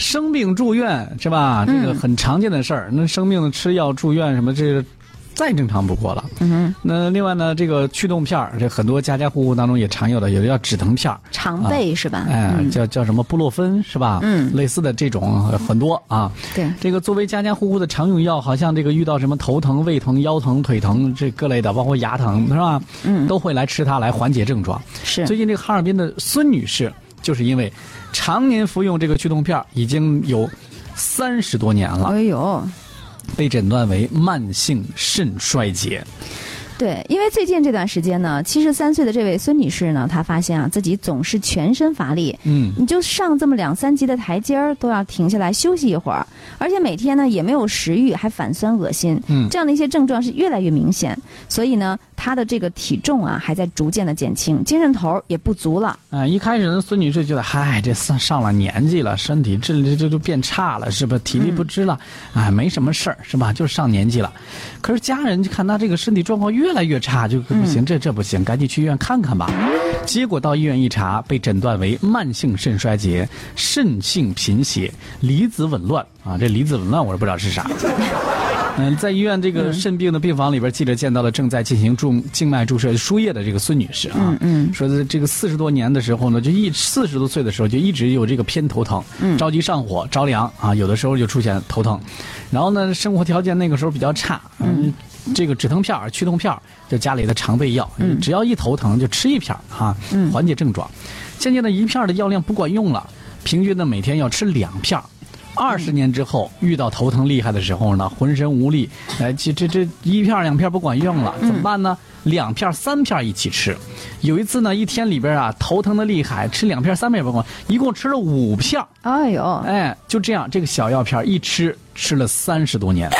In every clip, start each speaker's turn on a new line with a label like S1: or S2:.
S1: 生病住院是吧？
S2: 嗯
S1: 这个很常见的事儿。那生病吃药住院什么，这个再正常不过了。
S2: 嗯哼，
S1: 那另外呢，这个祛动片儿，这很多家家户户当中也常有的，有的叫止疼片儿，
S2: 常备是吧？
S1: 哎，
S2: 嗯，
S1: 叫叫什么布洛芬是吧？
S2: 嗯
S1: 类似的这种呃很多啊。
S2: 对，
S1: 这个作为家家户户的常用药，好像这个遇到什么头疼、胃疼、腰疼、腿疼这各类的，包括牙疼是吧？
S2: 嗯
S1: 都会来吃它来缓解症状。
S2: 是
S1: 最近这个哈尔滨的孙女士，就是因为常年服用这个祛动片儿已经有三十多年了，
S2: 哎呦，
S1: 被诊断为慢性肾衰竭。
S2: 对，因为最近这段时间呢，七十三岁的这位孙女士呢，她发现啊自己总是全身乏力，
S1: 嗯，
S2: 你就上这么两三级的台阶儿都要停下来休息一会儿，而且每天呢也没有食欲，还反酸恶心，
S1: 嗯
S2: 这样的一些症状是越来越明显，所以呢，她的这个体重啊还在逐渐的减轻，精神头儿也不足了，
S1: 啊、一开始呢，孙女士觉得，嗨，这上上了年纪了，身体这这这就变差了，是吧？体力不支了，哎、没什么事儿，是吧？就是上年纪了。可是家人就看她这个身体状况越来越差，就不行，这这不行，赶紧去医院看看吧。结果到医院一查，被诊断为慢性肾衰竭、肾性贫血、离子紊乱啊！这离子紊乱我是不知道是啥。嗯，在医院这个肾病的病房里边，记者见到了正在进行注静脉注射输液的这个孙女士啊，
S2: 嗯
S1: 说的这个四十多年的时候呢，就一四十多岁的时候就一直有这个偏头疼，着急上火、着凉啊，有的时候就出现头疼，然后呢，生活条件那个时候比较差，嗯，这个止疼片儿、祛痛片儿就家里的常备药，只要一头疼就吃一片儿啊，缓解症状。现在呢，一片儿的药量不管用了，平均呢每天要吃两片儿。二十年之后遇到头疼厉害的时候呢，浑身无力，哎，这这这一片儿两片儿不管用了，怎么办呢？两片儿三片儿一起吃。有一次呢，一天里边啊头疼的厉害，吃两片儿三片儿也不管，一共吃了五片儿。
S2: 哎呦，
S1: 哎，就这样，这个小药片儿一吃吃了三十多年。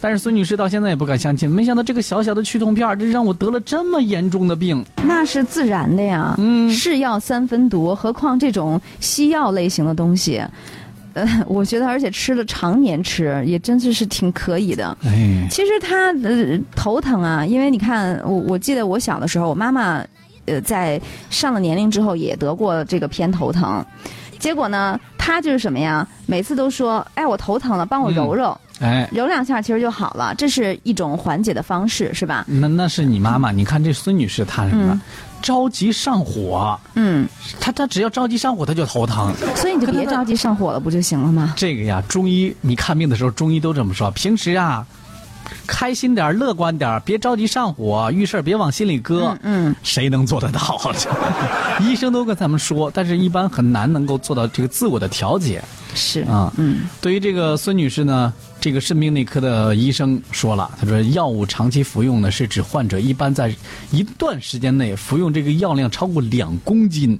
S1: 但是孙女士到现在也不敢相信，没想到这个小小的祛痛片儿，这让我得了这么严重的病。
S2: 那是自然的呀，
S1: 嗯
S2: 是药三分毒，何况这种西药类型的东西。呃， 我觉得，而且吃了常年吃，也真是是挺可以的。
S1: 哎，
S2: 其实他呃头疼啊，因为你看，我我记得我小的时候，我妈妈呃在上了年龄之后也得过这个偏头疼，结果呢，她就是什么呀，每次都说，哎，我头疼了，帮我揉揉，
S1: 哎，
S2: 揉两下其实就好了，这是一种缓解的方式，是吧？
S1: 那那是你妈妈，你看这孙女士她什么？
S2: 嗯
S1: 着急上火，啊
S2: 嗯，
S1: 她她只要着急上火，她就头疼。
S2: 所以你就别着急上火了，不就行了吗？
S1: 这个呀，中医你看病的时候，中医都这么说。平时啊，开心点儿，乐观点儿，别着急上火，遇事儿别往心里搁。
S2: 嗯嗯
S1: 谁能做得到？ 医生都跟咱们说，但是一般很难能够做到这个自我的调节
S2: 是，
S1: 啊。
S2: 嗯，
S1: 对于这个孙女士呢，这个肾病内科的医生说了，他说药物长期服用呢，是指患者一般在一段时间内服用这个药量超过两公斤，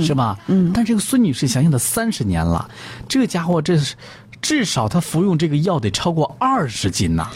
S1: 是吧？嗯。但这个孙女士想想，她三十年了，这家伙这是至少她服用这个药得超过二十斤呐、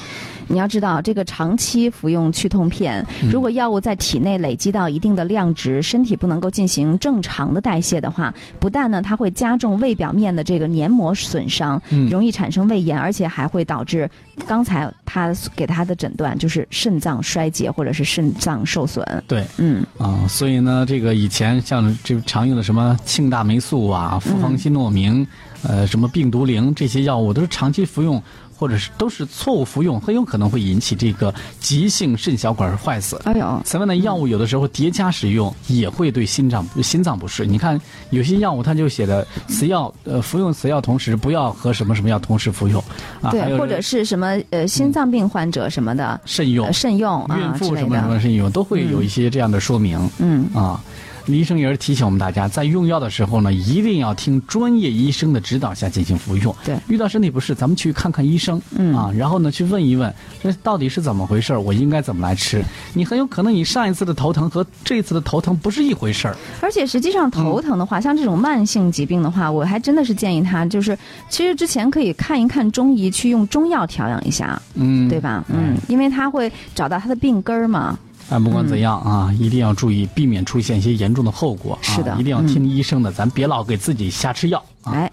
S2: 你要知道，这个长期服用去痛片，
S1: 嗯
S2: 如果药物在体内累积到一定的量值，身体不能够进行正常的代谢的话，不但呢它会加重胃表面的这个黏膜损伤，
S1: 嗯
S2: 容易产生胃炎，而且还会导致刚才他给他的诊断就是肾脏衰竭或者是肾脏受损。
S1: 对。
S2: 嗯，
S1: 啊、所以呢，这个以前像这常用的什么庆大霉素
S2: 嗯
S1: 啊、复方西诺明、呃，什么病毒灵这些药物，都是长期服用或者是都是错误服用，很有可能会引起这个急性肾小管坏死。
S2: 哎呦，
S1: 此外呢，药物有的时候叠加使用也会对心脏心脏不适。你看，有些药物它就写的此药呃服用此药同时不要和什么什么药同时服用啊，还
S2: 对，
S1: 有
S2: 或者是什么呃心脏病患者什么的，
S1: 慎用
S2: 呃慎用
S1: 嗯孕
S2: 啊之
S1: 妇什
S2: 类
S1: 么什么
S2: 的。
S1: 是有都会有一些这样的说明。
S2: 嗯
S1: 啊，医生也是提醒我们大家，在用药的时候呢，一定要听专业医生的指导下进行服用。
S2: 对
S1: 遇到身体不适，咱们去看看医生。嗯啊，然后呢，去问一问这到底是怎么回事儿，我应该怎么来吃？你很有可能你上一次的头疼和这次的头疼不是一回事儿。
S2: 而且实际上
S1: 嗯
S2: 头疼的话，像这种慢性疾病的话，我还真的是建议他，就是其实之前可以看一看中医，去用中药调养一下，
S1: 嗯，
S2: 对吧？嗯，因为他会找到他的病根儿嘛。
S1: 但不管怎样啊，一定要注意，避免出现一些严重的后果。啊
S2: 嗯是的嗯
S1: 一定要听医生的，咱别老给自己瞎吃药啊。
S2: 哎，